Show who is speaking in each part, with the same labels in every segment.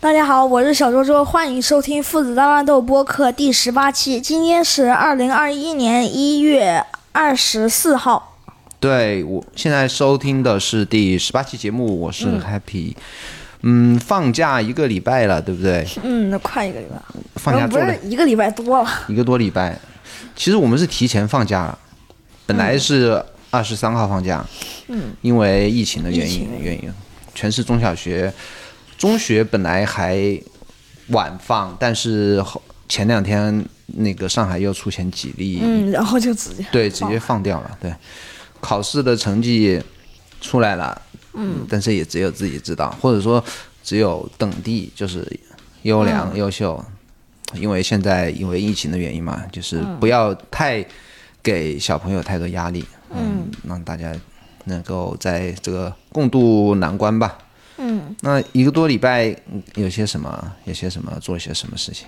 Speaker 1: 大家好，我是小周周，欢迎收听《父子大乱斗》播客第十八期。今天是二零二一年一月二十四号。
Speaker 2: 对我现在收听的是第十八期节目，我是 Happy。嗯放假一个礼拜了，对不对？
Speaker 1: 嗯，那快一个礼拜了，
Speaker 2: 放假
Speaker 1: 呃不
Speaker 2: 做了
Speaker 1: 是一个礼拜多了。
Speaker 2: 一个多礼拜，其实我们是提前放假了，本来是二十三号放假，嗯，因为疫情的原因，原因，全市中小学、中学本来还晚放，但是后前两天那个上海又出现几例，
Speaker 1: 嗯，然后就直接
Speaker 2: 对，直接放掉了。对，考试的成绩出来了，嗯，但是也只有自己知道，或者说只有等地就是优良、优秀，因为现在因为疫情的原因嘛，就是不要太给小朋友太多压力，嗯，让大家能够在这个共度难关吧。嗯，那一个多礼拜嗯有些什么，有些什么，做些什么事情？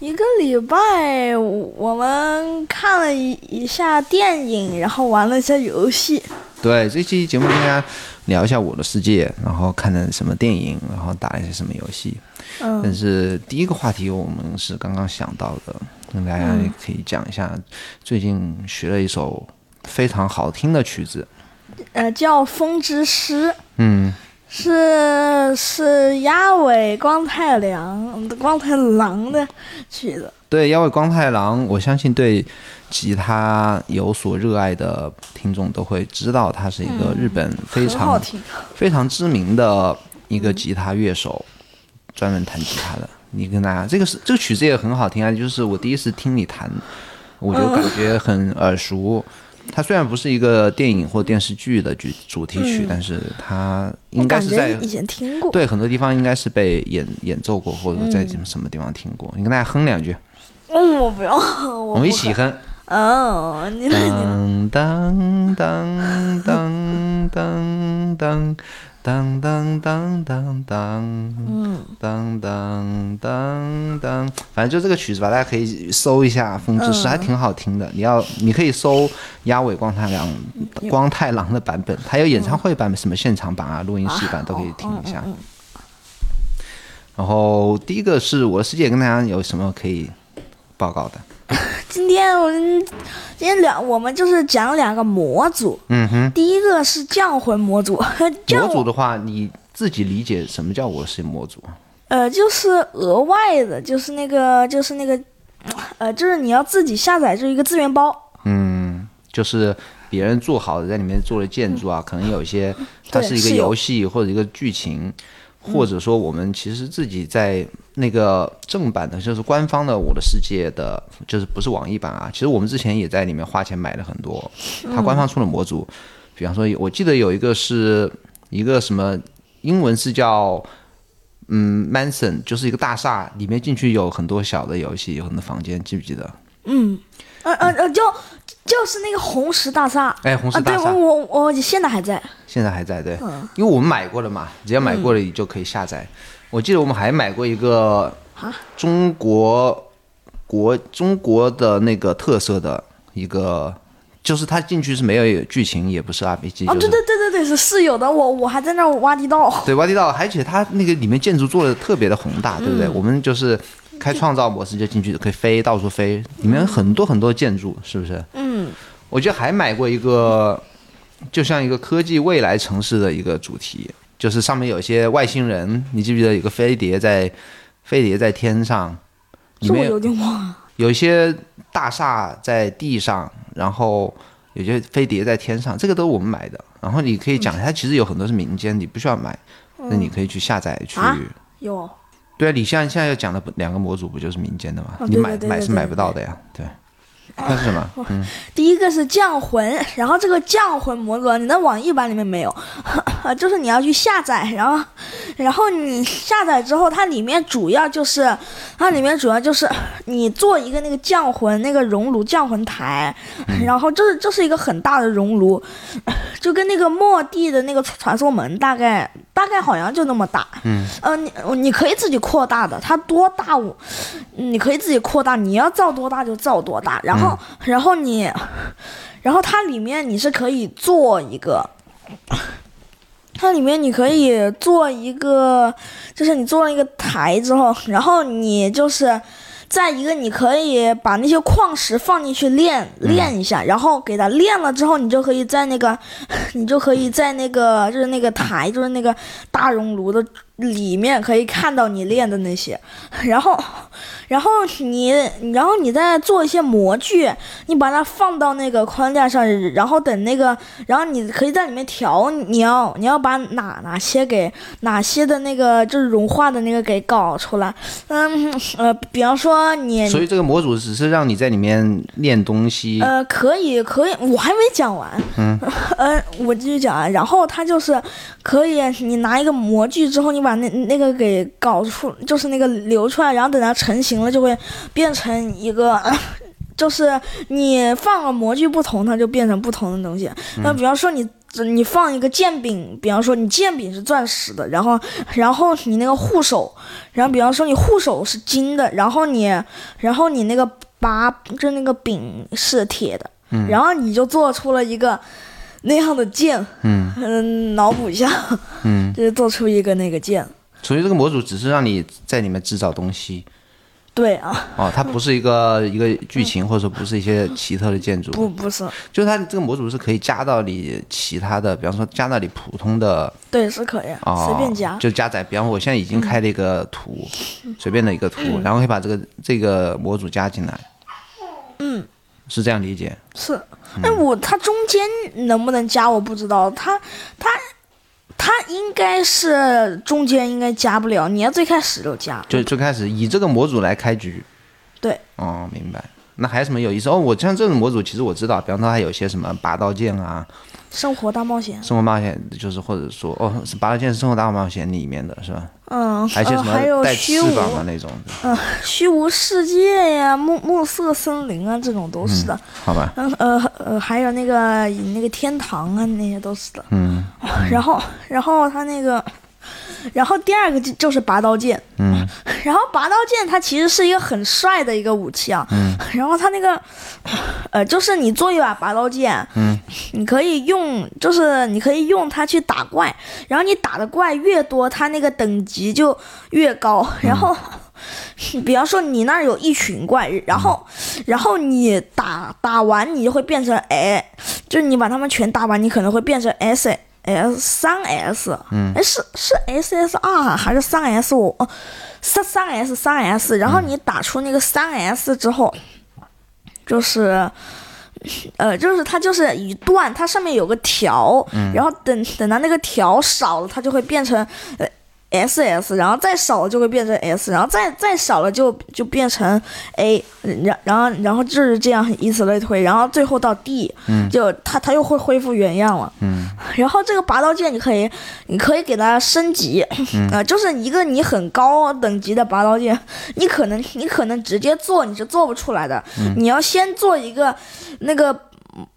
Speaker 1: 一个礼拜，我们看了一一下电影，然后玩了一下游戏。
Speaker 2: 对，这期节目跟大家聊一下我的世界，然后看了什么电影，然后打了一些什么游戏。嗯，但是第一个话题我们是刚刚想到的，跟大家也可以讲一下，最近学了一首非常好听的曲子。
Speaker 1: 呃，叫《风之诗》，
Speaker 2: 嗯，
Speaker 1: 是是鸭尾光太良、光太郎的曲子。
Speaker 2: 对，腰尾光太郎，我相信对吉他有所热爱的听众都会知道，他是一个日本非
Speaker 1: 嗯很好
Speaker 2: 常、
Speaker 1: 听，
Speaker 2: 非常知名的一
Speaker 1: 嗯
Speaker 2: 个吉他乐手，专门弹吉他的。你跟大家，这个是这个曲子也很好听啊，就是我第一次听你弹，我就感觉很耳熟。它虽然不是一个电影或电视剧的主主题曲，但是它
Speaker 1: 嗯我
Speaker 2: 应该
Speaker 1: 感
Speaker 2: 是在
Speaker 1: 觉以前听过。
Speaker 2: 对很多地方应该是被演演奏过，或者在什么地方听过。你跟大家哼两句，
Speaker 1: 嗯，我不要，我
Speaker 2: 我们一起哼。哦
Speaker 1: 嗯，你来，你来。
Speaker 2: 当当当当当当当当当当当，嗯，当当当当，反正就这个曲子吧，大家可以搜一下《风之诗》，还挺好听的。你要，你可以搜鸭尾光太郎光太郎的版本，他有演唱会版本、什么现场版嗯啊、哦录音室版都可以听一下。然后第一个是我的世界，跟大家有什么可以报告的？
Speaker 1: 今天我们今天两我们就是讲两个模组，
Speaker 2: 嗯哼。
Speaker 1: 第一个是降魂模组， 降
Speaker 2: 模组的话，你自己理解什么叫我是模组？
Speaker 1: 呃就是额外的，就是那个就是那个呃就是你要自己下载这一个资源包，
Speaker 2: 嗯，就是别人做好的，在里面做了建筑啊，可能有一些它
Speaker 1: 嗯对
Speaker 2: 是一个
Speaker 1: 是有嗯
Speaker 2: 游戏或者一个剧情，或者说我们其实自己在那个正版的，就是官方的《我的世界》的，就是不是网易版啊。其实我们之前也在里面花钱买了很多，
Speaker 1: 嗯
Speaker 2: 它官方出了模组，比方说我记得有一个是一个什么英文是叫。嗯，Mansion 就是一个大厦，里面进去有很多小的游戏，有很多房间，记不记得？
Speaker 1: 呃呃呃就就是那个红石大厦，
Speaker 2: 哎红石
Speaker 1: 啊
Speaker 2: 大厦
Speaker 1: 对我我我现在还在，
Speaker 2: 现在还在对，因为我们买过了嘛，只要买过了你就可以下载。我记得我们还买过一个中国国中国的那个特色的一个，就是它进去是没有剧情，也不是 RPG，
Speaker 1: 哦对
Speaker 2: 就是
Speaker 1: 对对对对是是有的，我我还在那儿挖地道，
Speaker 2: 对，挖地道，而且它那个里面建筑做的特别的宏大，对不对？我们嗯就是开创造模式就进去，可以飞，到处飞，里面很多很多建筑，是不是？嗯，我记得还买过一个，就像一个科技未来城市的一个主题，就是上面有一些外星人，你记不记得有个飞碟在飞碟在天上，里
Speaker 1: 这我
Speaker 2: 面有
Speaker 1: 有点忘了。
Speaker 2: 有一些大厦在地上，然后有些飞碟在天上，这个都是我们买的。然后你可以讲，它其实有很多是民间，你不需要买，那你可以去下载去。
Speaker 1: 嗯啊有，
Speaker 2: 对啊，你像现在要讲的不两个模组不就是民间的吗？
Speaker 1: 哦
Speaker 2: 你
Speaker 1: 对
Speaker 2: 买
Speaker 1: 对对
Speaker 2: 买是
Speaker 1: 对
Speaker 2: 买
Speaker 1: 对哦
Speaker 2: 不到的呀，对。那是什么？嗯，
Speaker 1: 第一个是降魂，然后这个降魂模组啊你在网易版里面没有， 就是你要去下载，然后，然后你下载之后，它里面主要就是，它里面主要就是你做一个那个降魂那个熔炉降魂台，然后就是就是一个很大的熔炉，就跟那个末地的那个传送门大概大概好像就那么大，嗯，呃，你你可以自己扩大的，它多大我你可以自己扩大，你要造多大就造多大，然后、然后你，然后它里面你是可以做一个，它里面你可以做一个，就是你做了一个台之后，然后你就是在一个你可以把那些矿石放进去炼炼一下，然后给它炼了之后，你就可以在那个你就可以在那个就是那个台就是那个大熔炉的里面可以看到你炼的那些，然后。然后你，然后你再做一些模具，你把它放到那个框架上，然后等那个，然后你可以在里面调，你要你要把哪哪些给哪些的那个就是融化的那个给搞出来。嗯呃，比方说你
Speaker 2: 所以这个模组只是让你在里面练东西，
Speaker 1: 呃，可以，可以，我还没讲完。嗯， 呃，我继续讲啊。然后它就是可以，你拿一个模具之后，你把那那个给搞出，就是那个流出来，然后等它成型了，就会变成一个。 就是你放了模具不同，它就变成不同的东西。那比方说你你放一个剑柄，比方说你剑柄是钻石的，然后然后你那个护手，然后比方说你护手是金的，然后你然后你那个拔就那个柄是铁的，然后你就做出了一个那样的剑，
Speaker 2: 嗯
Speaker 1: 嗯，脑补一下，
Speaker 2: 嗯，
Speaker 1: 就是做出一个那个剑。
Speaker 2: 所以这个模组只是让你在里面制造东西
Speaker 1: 对啊，
Speaker 2: 哦，它不是一个一个剧情，或者说不是一些奇特的建筑，
Speaker 1: 不不是，
Speaker 2: 就是它这个模组是可以加到你其他的，比方说加到你普通的
Speaker 1: 对是可以、
Speaker 2: 哦，
Speaker 1: 随便加，嗯
Speaker 2: 就加载。比方说我现在已经开了一个图，随便的一个图，然后可以把这个这个模组加进来，
Speaker 1: 嗯，
Speaker 2: 是这样理解。
Speaker 1: 是，
Speaker 2: 嗯
Speaker 1: 哎，我它中间能不能加我不知道，它它它应该是中间应该加不了，你要最开始就加。
Speaker 2: 就最开始以这个模组来开局。
Speaker 1: 对。
Speaker 2: 哦，明白。那还有什么有意思？哦，我像这种模组，其实我知道，比方说还有些什么拔刀剑啊，
Speaker 1: 生活大冒险，
Speaker 2: 生活冒险，就是或者说哦，是拔刀剑是生活大冒险里面的是吧？
Speaker 1: 嗯，
Speaker 2: 还有些
Speaker 1: 呃
Speaker 2: 什
Speaker 1: 还有
Speaker 2: 么带
Speaker 1: 虚
Speaker 2: 翅
Speaker 1: 无
Speaker 2: 膀的那种的，
Speaker 1: 虚无世界呀、暮暮色森林啊，这种都是的。
Speaker 2: 好吧？
Speaker 1: 嗯呃呃，还有那个那个天堂啊，那些都是的。
Speaker 2: 嗯
Speaker 1: 然后然后它那个，然后第二个就就是拔刀剑，
Speaker 2: 嗯
Speaker 1: 然后拔刀剑它其实是一个很帅的一个武器啊，
Speaker 2: 嗯
Speaker 1: 然后它那个，呃，就是你做一把拔刀剑，
Speaker 2: 嗯
Speaker 1: 你可以用，就是你可以用它去打怪，然后你打的怪越多，它那个等级就越高， 然后。
Speaker 2: 嗯
Speaker 1: 比方说你那儿有一群怪，然后，然后你打打完，你就会变成哎，就是你把他们全打完，你可能会变成 S S 三 S，嗯，哎是是 S S 二啊还是三 S 我哦三三 S 三 S，然后你打出那个三 S 之后，就是。呃，就是它就是一段，它上面有个条，然后等等到那个条少了，它就会变成呃 S S，然后再少了就会变成 S，然后再再少了就就变成 A，然哎然后然后就是这样以此类推，然后最后到 D，、就它它又会恢复原样了。
Speaker 2: 嗯
Speaker 1: 然后这个拔刀剑你可以，你可以给它升级，呃，就是一个你很高等级的拔刀剑，你可能你可能直接做你是做不出来的，你要先做一个那个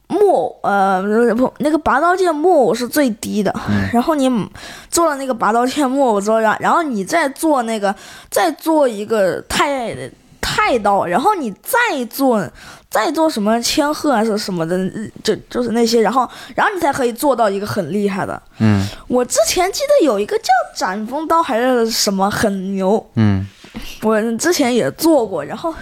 Speaker 1: 木偶，呃，不，那个拔刀剑木偶是最低的，然后你做了那个拔刀剑木偶之后，然然后你再做那个再做一个太太刀，然后你再做。再做什么千鹤啊，是什么的，就就是那些，然后然后你才可以做到一个很厉害的。
Speaker 2: 嗯
Speaker 1: 我之前记得有一个叫斩风刀还是什么很牛，
Speaker 2: 嗯
Speaker 1: 我之前也做过，然后，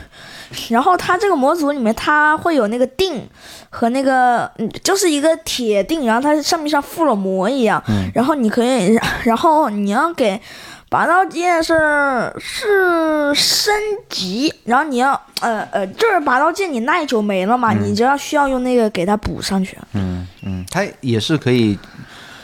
Speaker 1: 然后它这个模组里面它会有那个锭和那个，嗯就是一个铁锭，然后它上面像附了膜一样，然后你可以， 然后你要给拔刀剑是是升级，然后你要呃呃，就是拔刀剑你耐久没了嘛，你就要需要用那个给它补上去。
Speaker 2: 嗯嗯，它也是可以，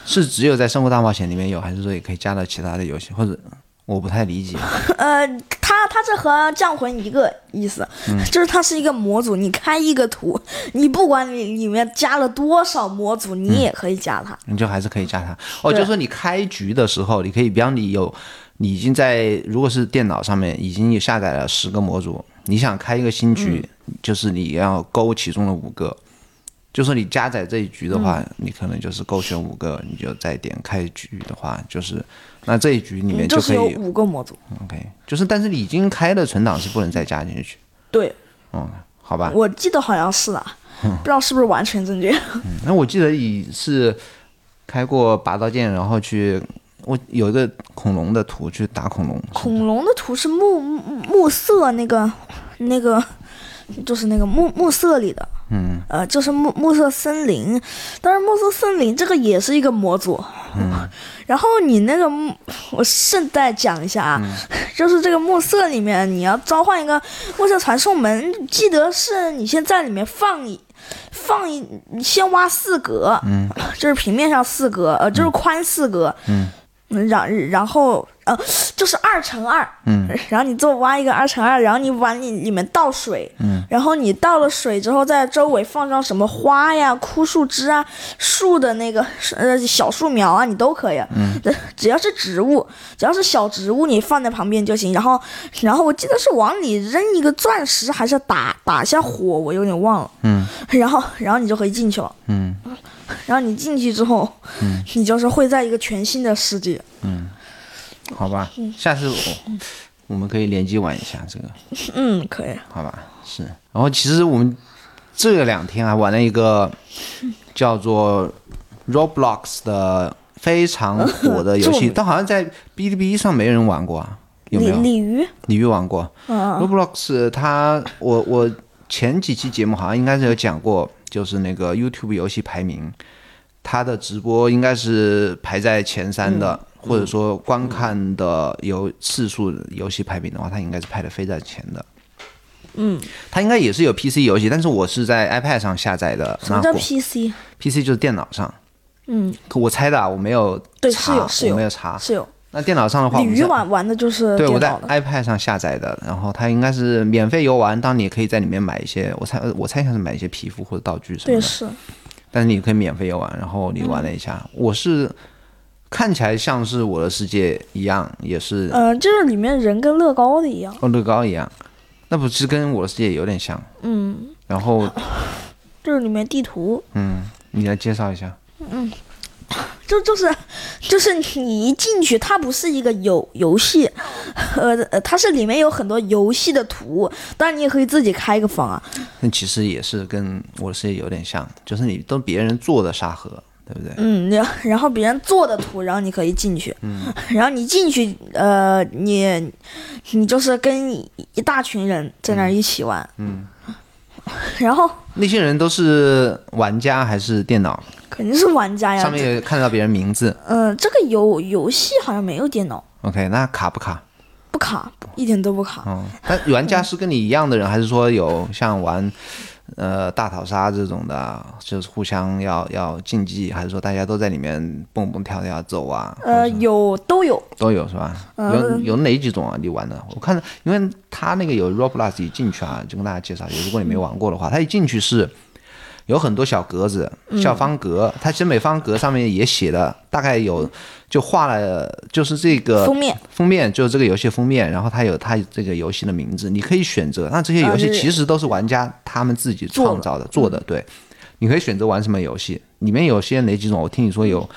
Speaker 2: 是只有在《生活大冒险》里面有，还是说也可以加到其他的游戏？或者我不太理解。
Speaker 1: 呃，它它是和降魂一个意思，
Speaker 2: 嗯
Speaker 1: 就是它是一个模组，你开一个图， 你不管你里面加了多少模组，你也可以加它。
Speaker 2: 你就还是可以加它。哦，
Speaker 1: 对
Speaker 2: 就是说你开局的时候，你可以，比方你有，你已经在如果是电脑上面已经有下载了十个模组，你想开一个新局，
Speaker 1: 嗯
Speaker 2: 就是你要勾其中的五个。就说你加载这一局的话，
Speaker 1: 嗯
Speaker 2: 你可能就是勾选五个，你就再点开局的话，就是那这一局嗯里面
Speaker 1: 嗯就
Speaker 2: 可
Speaker 1: 是有
Speaker 2: 以、
Speaker 1: 五个模组。
Speaker 2: OK，就是但是你已经开的存档是不能再加进去，
Speaker 1: 对，
Speaker 2: 嗯，好吧？
Speaker 1: 啊
Speaker 2: 嗯
Speaker 1: 我记得好像是啊，不知道是不是完全正确。
Speaker 2: 那我记得以是开过拔刀剑，然后去我有一个恐龙的图去打恐龙，
Speaker 1: 恐龙的图是暮暮暮色那个那个，就是那个暮暮色里的，
Speaker 2: 嗯，
Speaker 1: 呃，就是暮暮色森林。但是暮色森林这个也是一个模组。嗯、然后你那个暮，我顺带讲一下啊，
Speaker 2: 嗯
Speaker 1: 就是这个暮色里面你要召唤一个暮色传送门，记得是你先在里面放一。放一，你先挖四格，
Speaker 2: 嗯，
Speaker 1: 就是平面上四格，呃，就是宽四格，
Speaker 2: 嗯
Speaker 1: 嗯，然然后呃，就是二乘二，
Speaker 2: 嗯，
Speaker 1: 然后你做挖一个二乘二，然后你往里里面倒水，
Speaker 2: 嗯，
Speaker 1: 然后你倒了水之后，在周围放上什么花呀、枯树枝啊、树的那个呃小树苗啊，你都可以，嗯， 只要是植物，只要是小植物，你放在旁边就行。然后，然后我记得是往里扔一个钻石，还是打打一下火，我有点忘了，
Speaker 2: 嗯
Speaker 1: 然后然后你就可以进去了。
Speaker 2: 嗯
Speaker 1: 然后你进去之后，你就是会在一个全新的世界。
Speaker 2: 嗯，好吧，下次我我们可以联机玩一下这个，
Speaker 1: 嗯，可以。
Speaker 2: 好吧？是。然后其实我们这两天还啊玩了一个叫做 Roblox 的非常火的游
Speaker 1: 这我
Speaker 2: 戏，
Speaker 1: 没
Speaker 2: 但好像在哔哩哔哩上没人玩过啊，有没
Speaker 1: 鲤
Speaker 2: 有？
Speaker 1: 鲤鱼，
Speaker 2: 鲤鱼玩过。
Speaker 1: 嗯
Speaker 2: Roblox 它，我我前几期节目好像应该是有讲过，就是那个 YouTube 游戏排名，它的直播应该是排在前三的，
Speaker 1: 嗯
Speaker 2: 或者说观看的游次数游戏排名的话，它应该是排的非常前的。嗯，它应该也是有 PC 游戏，但是我是在 iPad 上下载的。
Speaker 1: 什
Speaker 2: 那
Speaker 1: 么叫
Speaker 2: 我
Speaker 1: PC？
Speaker 2: PC 就是电脑上，
Speaker 1: 嗯，
Speaker 2: 可我猜的啊，我没有
Speaker 1: 对
Speaker 2: 查
Speaker 1: 是有是有
Speaker 2: 我没有查。
Speaker 1: 是有
Speaker 2: 那电脑上的话，
Speaker 1: 鲤
Speaker 2: 我们
Speaker 1: 鱼
Speaker 2: 在
Speaker 1: 玩玩的就是
Speaker 2: 对，我
Speaker 1: 呃电脑
Speaker 2: 在
Speaker 1: 的。
Speaker 2: iPad 上下载的，然后它应该是免费游玩，当然你也可以在里面买一些，我猜呃我猜想是买一些皮肤或者道具什
Speaker 1: 对，嗯
Speaker 2: 么的，
Speaker 1: 是
Speaker 2: 但是你可以免费游玩。然后你玩了一下，我是看起来像是我的世界一样，也是
Speaker 1: 呃，就是里面人跟乐高的一样。
Speaker 2: 哦乐高一样，那不是跟我的世界有点像？
Speaker 1: 嗯，
Speaker 2: 然后
Speaker 1: 就是里面地图，
Speaker 2: 嗯，你来介绍一下，
Speaker 1: 就就是就是你一进去，它不是一个游游戏，呃呃，它是里面有很多游戏的图，当然你也可以自己开一个房啊。
Speaker 2: 那其实也是跟我的世界有点像，就是你都别人做的沙盒，对不对？
Speaker 1: 嗯，然 然后别人做的图，然后你可以进去，
Speaker 2: 嗯
Speaker 1: 然后你进去，呃，你你就是跟一大群人在那儿一起玩，
Speaker 2: 嗯
Speaker 1: 然后
Speaker 2: 那些人都是玩家还是电脑？
Speaker 1: 肯定是玩哎家呀。
Speaker 2: 上面也看得到别人名字。
Speaker 1: 嗯、这个游游戏好像没有电脑，
Speaker 2: OK，那卡不卡？
Speaker 1: 不卡，一点都不卡。
Speaker 2: 哦，那玩家是跟你一样的人，还是说有像玩呃大逃杀这种的，就是互相要要竞技，还是说大家都在里面蹦蹦跳跳走啊？
Speaker 1: 呃，有都有，
Speaker 2: 都有是吧？
Speaker 1: 嗯
Speaker 2: 有有哪几种啊？你玩的？我看，因为他那个有 Roblox 一进去啊，就跟大家介绍一下，如果你没玩过的话，它一进去是有很多小格子、
Speaker 1: 嗯
Speaker 2: 小方格，它其实每方格上面也写的大概有，就画了就是这个
Speaker 1: 嗯封面
Speaker 2: 封面就是这个游戏封面，然后它有它这个游戏的名字，你可以选择。那这些游
Speaker 1: 啊
Speaker 2: 戏
Speaker 1: 就是
Speaker 2: 其实都是玩家他们自己创造的做的，对。你可以选择玩什么游戏，里面有些哪几种？我听你说有，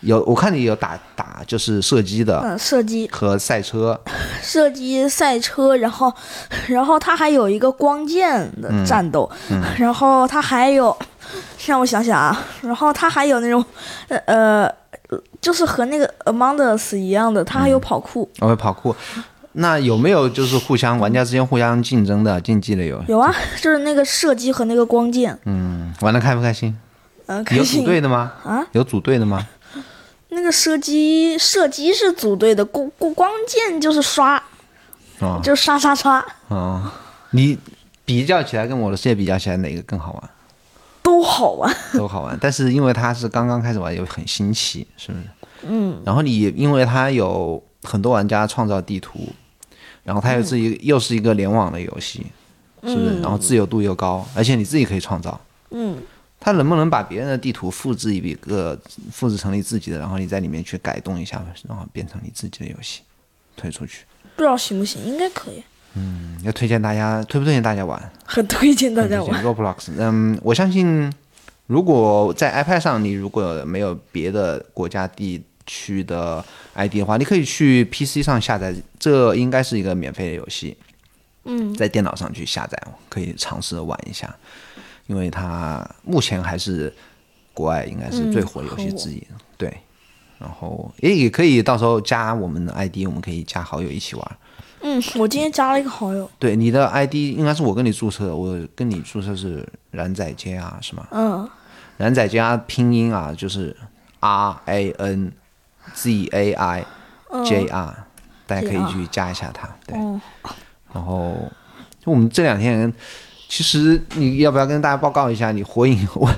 Speaker 2: 有我看你有打打就是射击的，
Speaker 1: 嗯、射击、
Speaker 2: 和赛车，
Speaker 1: 射击、赛车，然后 然后它还有一个光剑的
Speaker 2: 嗯
Speaker 1: 战斗，然后它还有让我想想啊，然后它还有那种呃呃，就是和那个 Among Us 一样的，它还有
Speaker 2: 嗯
Speaker 1: 跑酷，
Speaker 2: 然后跑酷。那有没有就是互相玩家之间互相竞争的竞技类游？
Speaker 1: 有啊，就是那个射击和那个光剑，
Speaker 2: 嗯，玩的开不开心？
Speaker 1: 嗯、呃，
Speaker 2: 有
Speaker 1: 开
Speaker 2: 组
Speaker 1: 心。
Speaker 2: 队的吗？
Speaker 1: 啊，
Speaker 2: 有组队的吗？
Speaker 1: 那个射击射击是组队的，光光光剑就是刷，
Speaker 2: 哦
Speaker 1: 就是刷刷刷，
Speaker 2: 哦，你比较起来跟我的世界比较起来，哪个更好玩？
Speaker 1: 都好玩。
Speaker 2: 都好玩，但是因为它是刚刚开始玩，又很新奇，是不是？嗯。然后你因为它有很多玩家创造地图，然后它又是一个、又是一个联网的游戏，是不是？然后自由度又高，而且你自己可以创造。
Speaker 1: 嗯。
Speaker 2: 它能不能把别人的地图复制一个复制成你自己的，然后你在里面去改动一下，然后变成你自己的游戏推出去？
Speaker 1: 不知道行不行，应该可以，
Speaker 2: 嗯，要推荐大家，推不推荐大家玩？
Speaker 1: 很推荐大家
Speaker 2: 推荐
Speaker 1: 玩。
Speaker 2: Roblox。嗯，我相信，如果在 iPad 上，你如果没有别的国家地区的 ID 的话，你可以去 PC 上下载，这应该是一个免费的游戏。
Speaker 1: 嗯，
Speaker 2: 在电脑上去下载，可以尝试玩一下，因为它目前还是国外应该是最火的游戏之一。对，然后也也可以到时候加我们的 ID，我们可以加好友一起玩。
Speaker 1: 嗯，我今天加了一个好友，
Speaker 2: 对，你的 ID 应该是我跟你注册的，我跟你注册是冉仔 J R 是吗？
Speaker 1: 嗯，
Speaker 2: 冉仔 J R 拼音啊，就是 R A N Z A I J R，、大家可以去加一下他。对，
Speaker 1: 哦
Speaker 2: 然后就我们这两天，其实你要不要跟大家报告一下，你火影我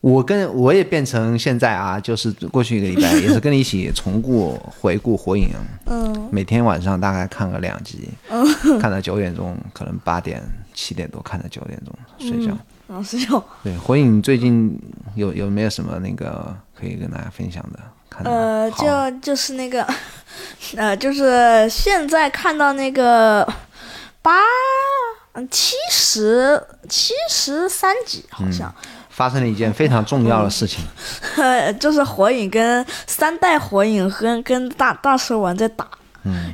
Speaker 2: 我跟我也变成现在啊，就是过去一个礼拜也是跟你一起重顾回顾火影，
Speaker 1: 嗯，
Speaker 2: 每天晚上大概看个两集，
Speaker 1: 哦
Speaker 2: 看到九点钟，可能八点七点多看到九点钟睡觉。
Speaker 1: 老师有，
Speaker 2: 对，火影最近有有没有什么那个可以跟大家分享的？看的
Speaker 1: 呃，
Speaker 2: 好
Speaker 1: 就就是那个，呃，就是现在看到那个八嗯七十七十三集好像，
Speaker 2: 发生了一件非常重要的 事情，
Speaker 1: 呃，就是火影跟三代火影跟跟大大蛇丸在打。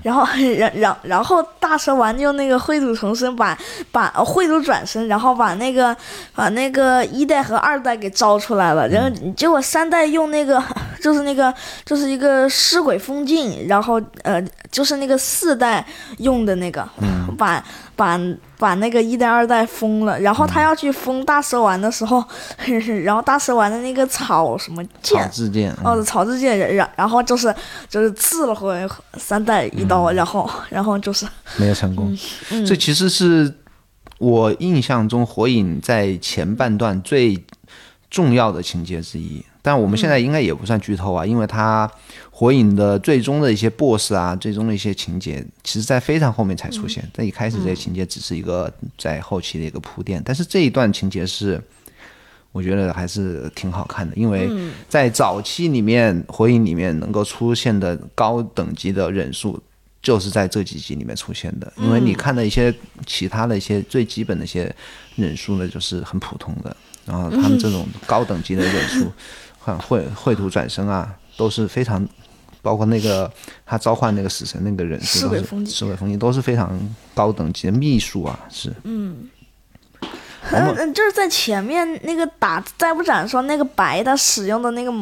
Speaker 1: 然后， 然然然后大蛇丸用那个秽土重生把把呃秽土转身，然后把那个把那个一代和二代给招出来了。然后结果三代用那个 就是那个就是一个尸鬼封禁，然后呃就是那个四代用的那个，把把把那个一代二代封了。然后他要去封大蛇丸的时候， 然后大蛇丸的那个草什么
Speaker 2: 草
Speaker 1: 剑
Speaker 2: 之剑。
Speaker 1: 哦，曹志健，然然后就是就是刺了回三代一刀，
Speaker 2: 嗯
Speaker 1: 然后然后就是
Speaker 2: 没有成功。这其实是我印象中《火影》在前半段最重要的情节之一。但我们现在应该也不算剧透啊，因为它《火影》的最终的一些 BOSS 啊，最终的一些情节，其实在非常后面才出现。但一开始这些情节只是一个在后期的一个铺垫。但是这一段情节是。我觉得还是挺好看的，因为在早期里面，火影》里面能够出现的高等级的忍术，就是在这几集里面出现的。因为你看的一些其他的一些最基本的一些忍术呢，就是很普通的，然后他们这种高等级的忍术，像绘绘图转身啊，都是非常。包括那个他召唤那个死神那个忍术
Speaker 1: 尸
Speaker 2: 都
Speaker 1: 鬼
Speaker 2: 是
Speaker 1: 风景
Speaker 2: 尸鬼风景都是非常高等级的秘术啊，是
Speaker 1: 嗯嗯， 就是在前面那个打再不斩的时候，那个白他使用的那个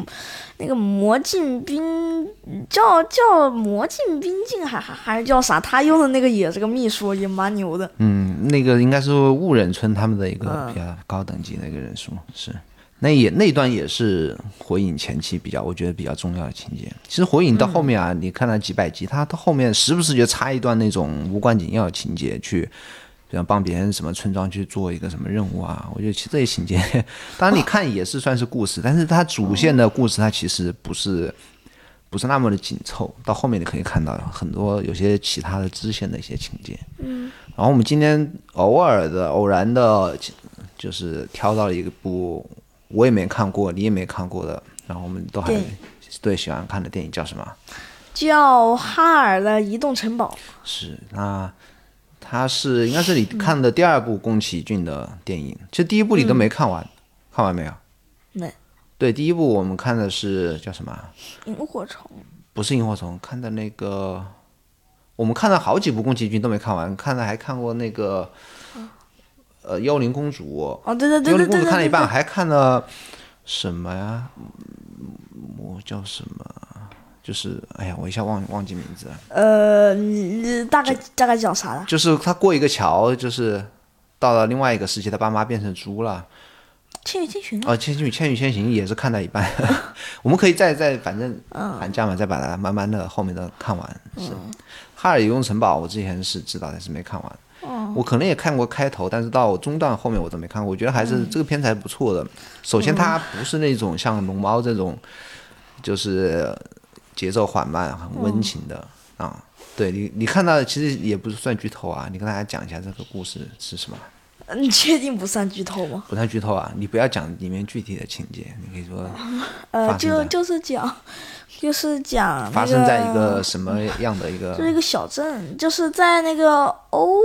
Speaker 1: 那个魔镜冰叫叫魔镜冰镜，还还还是叫啥？他用的那个也是个秘术，也蛮牛的。
Speaker 2: 嗯，那个应该是雾忍村他们的一个比较高等级的一个人数，是。那也那段也是火影前期比较，我觉得比较重要的情节。其实火影到后面啊，你看它几百集，它到后面时不时就插一段那种无关紧要的情节去，比方帮别人什么村庄去做一个什么任务啊。我觉得其实这些情节，当然你看也是算是故事，但是它主线的故事它其实不是不是那么的紧凑。到后面你可以看到很多有些其他的支线的一些情节。然后我们今天偶尔的、偶然的，就是挑到了一部我也没看过，你也没看过的，然后我们都还
Speaker 1: 电影
Speaker 2: 对喜欢看的电影叫什么？
Speaker 1: 叫哈尔的移动城堡，
Speaker 2: 是那它是应该是你
Speaker 1: 嗯
Speaker 2: 看的第二部宫崎骏的电影，其实第一部你都没看完，看完没有？
Speaker 1: 没
Speaker 2: 对，第一部我们看的是叫什么？啊
Speaker 1: 萤火虫。
Speaker 2: 不是萤火虫，看的那个，我们看了好几部宫崎骏都没看完，看了还看过那个，呃，幽灵公主。
Speaker 1: 哦，嗯对对对
Speaker 2: 幽
Speaker 1: 对
Speaker 2: 灵公
Speaker 1: 对
Speaker 2: 主
Speaker 1: 对
Speaker 2: 看了一
Speaker 1: 对
Speaker 2: 半，
Speaker 1: 对，
Speaker 2: 还看了什么呀？嗯我叫什么？啊就是哎呀，我一下忘忘记名字了。
Speaker 1: 呃，你你大概大概讲啥了？
Speaker 2: 就是他过一个桥，就是到了另外一个世界，他爸妈变成猪了。
Speaker 1: 千与千寻啊。
Speaker 2: 哦，《千与千与千寻》也是看到一半， 我们可以再再反正寒假嘛，再把它慢慢的后面的看完。是，哈尔移动城堡》我之前是知道，但是没看完。我可能也看过开头，但是到中段后面我都没看过。我觉得还是、这个片子还不错的。首先，它不是那种像《龙猫》这种，就是节奏缓慢、很温情的、啊。对你，你看到的其实也不是算剧透啊。你跟大家讲一下这个故事是什么。
Speaker 1: 你嗯确定不算剧透吗？
Speaker 2: 不太剧透啊，你不要讲里面具体的情节，你可以说
Speaker 1: 呃，
Speaker 2: 发生
Speaker 1: 就
Speaker 2: 在
Speaker 1: 就是讲，就是讲、那个、
Speaker 2: 发生在一个什么样的一个？
Speaker 1: 就是一个小镇，就是在那个欧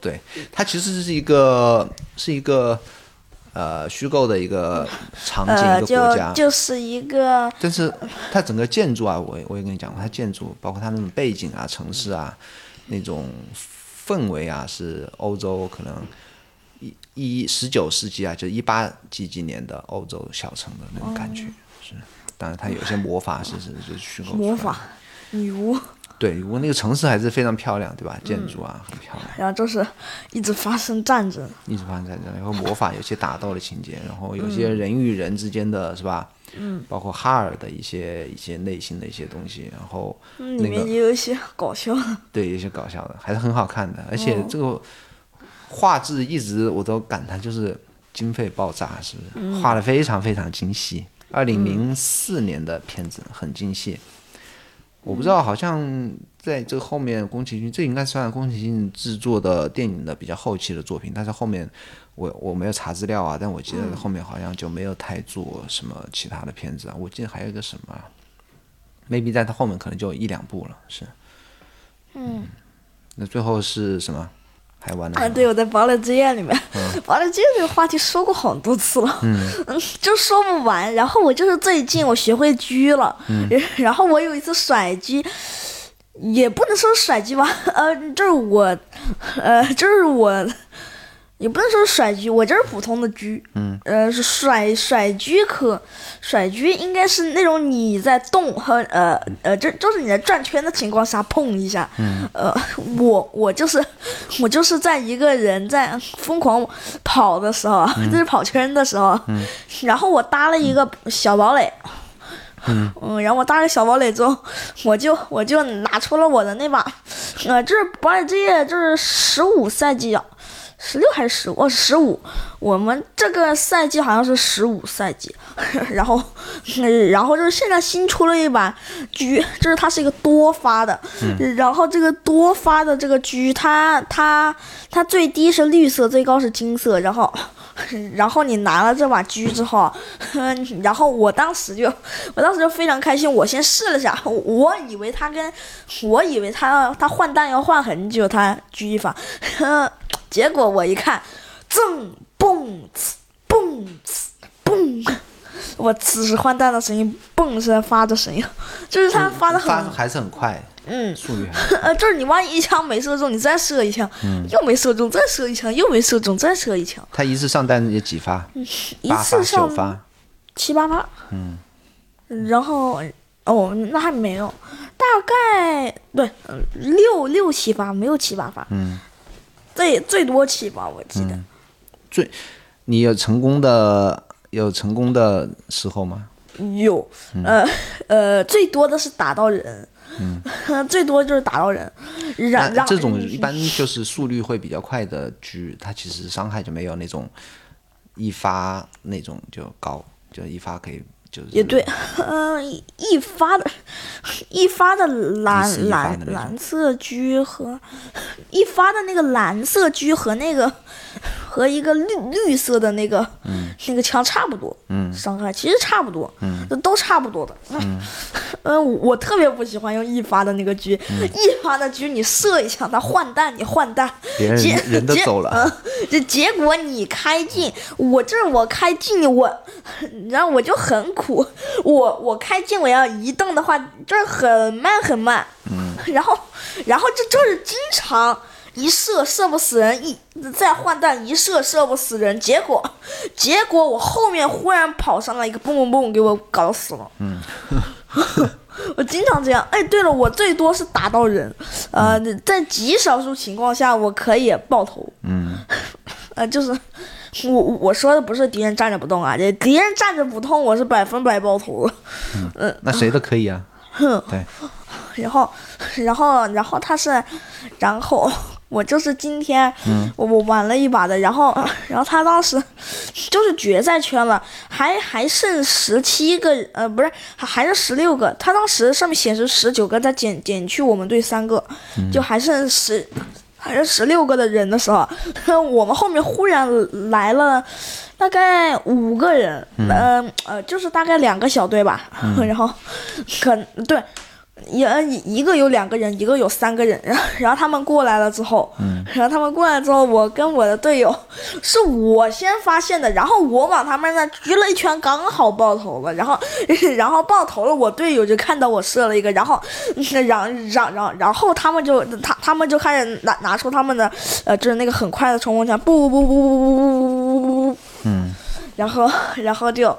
Speaker 2: 对，它其实是一个是一个呃虚构的一个场景、
Speaker 1: 呃，
Speaker 2: 一
Speaker 1: 就
Speaker 2: 个国家，
Speaker 1: 就是一个
Speaker 2: 但是它整个建筑啊，我也我也跟你讲过，它建筑包括它那种背景啊、城市啊那种氛围啊，是欧洲可能一一十九世纪啊，就一八几几年的欧洲小城的那种感觉。当然，它有一些魔法是是就是虚构出来的
Speaker 1: 哦魔法。女巫，
Speaker 2: 对，如果那个城市还是非常漂亮，对吧？建筑啊，很漂亮，
Speaker 1: 然后就是一直发生战争，
Speaker 2: 一直发生在这，然后魔法有些打斗的情节，然后有些人与人之间的是吧？嗯，包括哈尔的一些一些内心的一些东西，然后
Speaker 1: 嗯
Speaker 2: 那
Speaker 1: 里
Speaker 2: 个、
Speaker 1: 面也有一些搞笑的。
Speaker 2: 对一些搞笑的，还是很好看的，而且这个画质一直我都感叹就是经费爆炸，是不是？画的非常非常精细，二零零四年的片子很精细。我不知道，好像在这后面宫崎骏，这应该算宫崎骏制作的电影的比较后期的作品，但是后面我我没有查资料啊，但我记得后面好像就没有太做什么其他的片子啊。我记得还有一个什么啊，maybe 在他后面可能就一两部了，是。嗯。那最后是什么？还玩了什
Speaker 1: 啊，
Speaker 2: 么？
Speaker 1: 对，我在《堡垒之夜》里面， 堡垒之夜》这个话题说过好多次了， 嗯，就说不完。然后我就是最近我学会狙了， 然后我有一次甩狙，也不能说甩狙吧，呃，就是我，呃，就是我，也不能说甩狙，我就是普通的狙，嗯，呃，是甩甩狙可甩狙应该是那种你在动和呃呃，就就是你在转圈的情况下碰一下，嗯，呃，我我就是我就是在一个人在疯狂跑的时候，啊，就是跑圈的时候，啊然后我搭了一个小堡垒。嗯然后我搭了小堡垒之后，我就我就拿出了我的那把，呃，就是堡垒之夜，就是十五赛季啊，十六还是十五？哦，十五。我们这个赛季好像是十五赛季， 然后，嗯然后就是现在新出了一把狙，就是它是一个多发的，然后这个多发的这个狙，它它它最低是绿色，最高是金色，然后。然后你拿了这把狙之后， 嗯然后我当时就，我当时就非常开心。我先试了下，我以为它跟，我以为它它换弹要换很久，它狙一发， 嗯结果我一看，正蹦呲蹦呲蹦，我此时换弹的声音，蹦是发的声音，就是它发的很
Speaker 2: 嗯发还是很快，嗯，速率还是
Speaker 1: 呃，就是你万一一枪没射中，你再射一枪，
Speaker 2: 嗯
Speaker 1: 又没射中，再射一枪，又没射中，再射一枪，
Speaker 2: 他一次上单也几发，
Speaker 1: 一
Speaker 2: 八发
Speaker 1: 次
Speaker 2: 九
Speaker 1: 上
Speaker 2: 发，
Speaker 1: 七八发。嗯，然后哦，那还没有，大概对嗯六六七发，没有七八发。
Speaker 2: 嗯，
Speaker 1: 最最多七发，我记得。
Speaker 2: 最你有成功的有成功的时候吗？
Speaker 1: 有，
Speaker 2: 嗯
Speaker 1: 呃呃，最多的是打到人， 最多就是打到人，然
Speaker 2: 嗯那
Speaker 1: 然
Speaker 2: 这种一般就是速率会比较快的狙，它其实伤害就没有那种一发那种就高，就一发可以就是
Speaker 1: 也对，嗯、一发的，一发的
Speaker 2: 一次
Speaker 1: 蓝
Speaker 2: 一发的
Speaker 1: 蓝
Speaker 2: 那种
Speaker 1: 蓝色狙和一发的那个蓝色狙和那个和一个绿绿色的那个、
Speaker 2: 嗯
Speaker 1: 那个枪差不多，伤害其实差不多，都都差不多的。嗯，呃，我我特别不喜欢用一发的那个狙，
Speaker 2: 嗯
Speaker 1: 一发的狙你射一枪，它换弹，你换弹，
Speaker 2: 别人
Speaker 1: 结
Speaker 2: 人都
Speaker 1: 结
Speaker 2: 走了
Speaker 1: 嗯这结果你开进，我这我开进我，然后我就很苦，我我开进我要移动的话，这很慢很慢，嗯，然后然后这就是经常一射射不死人，一再换弹一射射不死人，结果结果我后面忽然跑上来一个蹦蹦蹦，给我搞死了，嗯。我经常这样，哎，对了，我最多是打到人，呃，在极少数情况下我可以爆头，
Speaker 2: 嗯，
Speaker 1: 呃，就是我我我说的不是敌人站着不动啊，这敌人站着不动，我是百分百爆头了。
Speaker 2: 那谁都可以啊。对，
Speaker 1: 然后， 然后，然后他是，然后我就是今天，我我玩了一把的，然后， 然后他当时就是决赛圈了，还还剩十七个，呃，不是，还还是十六个，他当时上面显示十九个，再减减去我们队三个，就还剩十。还剩十六个的人的时候， 我们后面忽然来了大概五个人，嗯、呃就是大概两个小队吧， 然后可对，一呃一个有两个人，一个有三个人，然后然后他们过来了之后，然后他们过来之后，我跟我的队友是我先发现的，然后我往他们那狙了一圈，刚好爆头了，然后 然后爆头了，我队友就看到我射了一个，然后然然然然后他们就他他们就开始拿拿出他们的呃就是那个很快的冲锋枪，不不不不不不不不不不，嗯，然后然后就。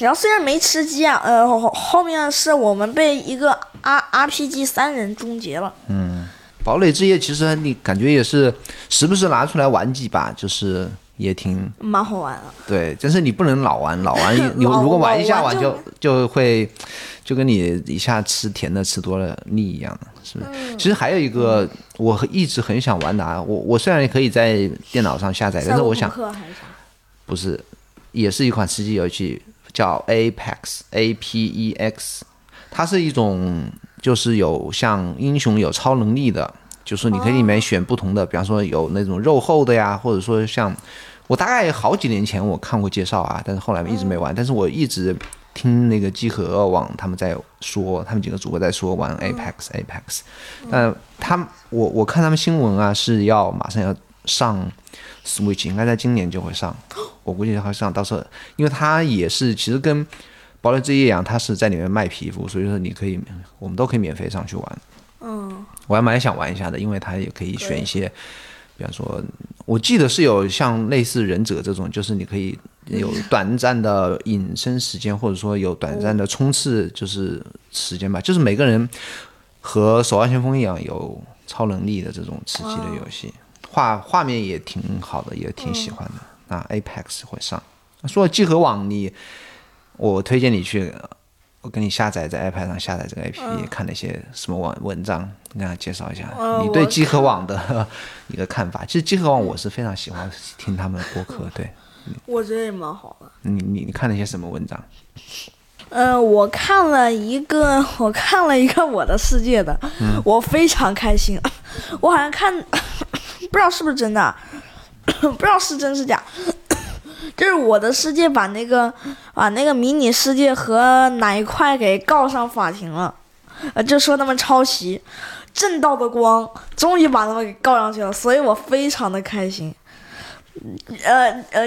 Speaker 1: 然后虽然没吃鸡啊，呃，后后面是我们被一个 R R P G 三人终结了。
Speaker 2: 嗯堡垒之夜其实你感觉也是时不时拿出来玩几把，就是也挺
Speaker 1: 蛮好玩的，对，
Speaker 2: 但是你不能老玩，老玩你
Speaker 1: 老
Speaker 2: 如果玩一下
Speaker 1: 老
Speaker 2: 玩
Speaker 1: 玩
Speaker 2: 就就会就跟你一下吃甜的吃多了腻一样的，是不是？其实还有一个我一直很想玩的啊，我我虽然可以在电脑上下载，
Speaker 1: 赛
Speaker 2: 但是
Speaker 1: 博
Speaker 2: 哎我
Speaker 1: 朋
Speaker 2: 想
Speaker 1: 克还是啥？
Speaker 2: 不是，也是一款吃鸡游戏，叫 Apex A P E X，它是一种就是有像英雄有超能力的，就是你可以里面选不同的，比方说有那种肉厚的呀，或者说像我大概好几年前我看过介绍啊，但是后来一直没玩，但是我一直。听那个集合网他们在说，他们几个主播在说玩 Apex、Apex，但他们我我看他们新闻啊是要马上要上 Switch 应该在今年就会上，我估计它会上。到时候，因为它也是其实跟《堡垒之夜》一样，它是在里面卖皮肤，所以说你可以，我们都可以免费上去玩。
Speaker 1: 嗯，
Speaker 2: 我还蛮想玩一下的，因为它也可以选一些，比方说，我记得是有像类似忍者这种，就是你可以有短暂的隐身时间，或者说有短暂的冲刺，就是时间吧。就是每个人和《守望先锋》一样有超能力的这种吃鸡的游戏，画画面也挺好的，也挺喜欢的。
Speaker 1: 嗯
Speaker 2: 那 Apex 会上，说到集合网，你我推荐你去我给你下载在 iPad 上下载这个 APP，、看了一些什么网文章，跟大家介绍一下、
Speaker 1: 嗯
Speaker 2: 你对
Speaker 1: 我
Speaker 2: 集合网的 一个看法。其实集合网我是非常喜欢听他们的播
Speaker 1: 嗯
Speaker 2: 客，对
Speaker 1: 我觉得也蛮好的。
Speaker 2: 你你你看了一些什么文章？
Speaker 1: 呃，我看了一个， 我看了一个《我的世界》的，我非常开心。我好像看， 不知道是不是真的 啊，不知道是真是假。 就是《我的世界》把那个把那个迷你世界和哪一块给告上法庭了，呃，就说他们抄袭。正道的光终于把他们给告上去了，所以我非常的开心。呃呃，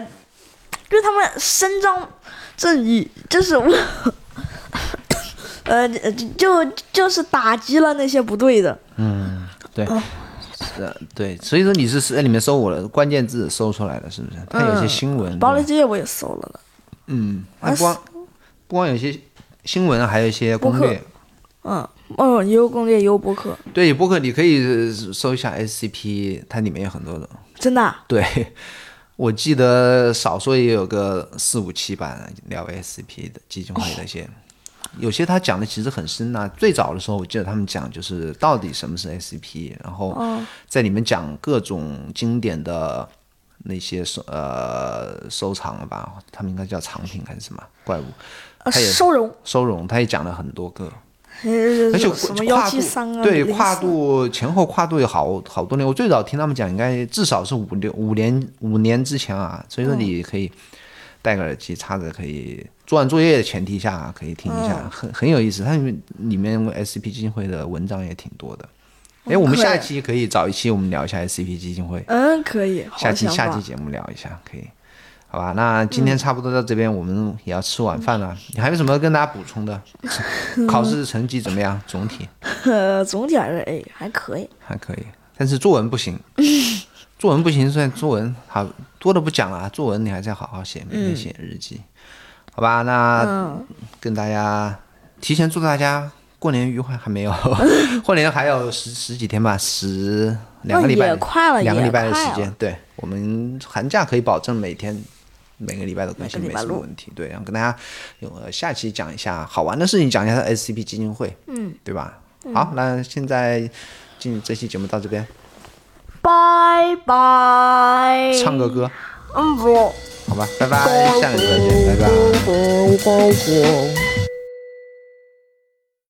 Speaker 1: 就是他们伸张正义，就是我，呃，就就是打击了那些不对的。
Speaker 2: 对，
Speaker 1: 嗯
Speaker 2: 是的，对，所以说你是在里面搜我的关键字搜出来的，是不是？它有一些新闻，
Speaker 1: 堡垒
Speaker 2: 对吧
Speaker 1: 之夜我也搜嗯了啊的，
Speaker 2: 嗯，它不光不光有一些新闻，还有一些攻
Speaker 1: 播
Speaker 2: 略
Speaker 1: 客。嗯，哦，也有攻略，也有播客，
Speaker 2: 对，播客你可以搜一下 SCP，它里面有很多的
Speaker 1: 真的啊、
Speaker 2: 对，我记得少说也有个四五期吧，聊 SCP 的基金会的一些，有些他讲的其实很深呐、最早的时候，我记得他们讲就是到底什么是 SCP，然后在里面讲各种经典的那些收呃收藏吧，他们应该叫藏品还是什么怪物，
Speaker 1: 呃，
Speaker 2: 他也
Speaker 1: 收容，
Speaker 2: 收容，他也讲了很多个。
Speaker 1: 而
Speaker 2: 而且
Speaker 1: 什
Speaker 2: 跨
Speaker 1: 么
Speaker 2: 跨
Speaker 1: 幺
Speaker 2: 度
Speaker 1: 七三啊，
Speaker 2: 对
Speaker 1: 043
Speaker 2: 跨度前后跨度有好好多年。我最早听他们讲，应该至少是五六五年五年之前啊。
Speaker 1: 嗯
Speaker 2: 所以说你可以戴个耳机插着，可以做完作业的前提下啊可以听一下，
Speaker 1: 嗯
Speaker 2: 很很有意思。它里面里面 SCP 基金会的文章也挺多的。哎，我们
Speaker 1: 可以
Speaker 2: 下一期可以找一期我们聊一下 SCP 基金会，
Speaker 1: 嗯，可以，好
Speaker 2: 下期
Speaker 1: 想
Speaker 2: 下
Speaker 1: 法嗯
Speaker 2: 期节目聊一下，可以。好吧，那今天差不多到这边，我们也要吃晚饭了。你还有什么跟大家补 充的？考试成绩怎么样？总体？
Speaker 1: 呃，总体来说，哎，还可以。
Speaker 2: 还可以，但是作文不行，作文不行，虽然作文好多的不讲了啊，作文你还是要好好写，每天写日记，好吧？那、跟大家提前祝大家过年愉快，还没有，过年还有十十几天吧，十两个礼拜
Speaker 1: 也
Speaker 2: 的，
Speaker 1: 快了
Speaker 2: 两个
Speaker 1: 也
Speaker 2: 礼拜的
Speaker 1: 快
Speaker 2: 时
Speaker 1: 了
Speaker 2: 间，对我们寒假可以保证每天。每个礼拜都更新，
Speaker 1: 每
Speaker 2: 没
Speaker 1: 个礼拜
Speaker 2: 什么
Speaker 1: 录
Speaker 2: 问题。对，然后跟大家有呃下期讲一下好玩的事情，讲一下 SCP 基金会，嗯，对吧？好，那现在进这期节目到这边，
Speaker 1: 拜拜。
Speaker 2: 唱个歌，
Speaker 1: 嗯不。
Speaker 2: 好吧，拜拜，下个礼拜见，拜
Speaker 1: 拜
Speaker 2: 拜。
Speaker 1: 拜。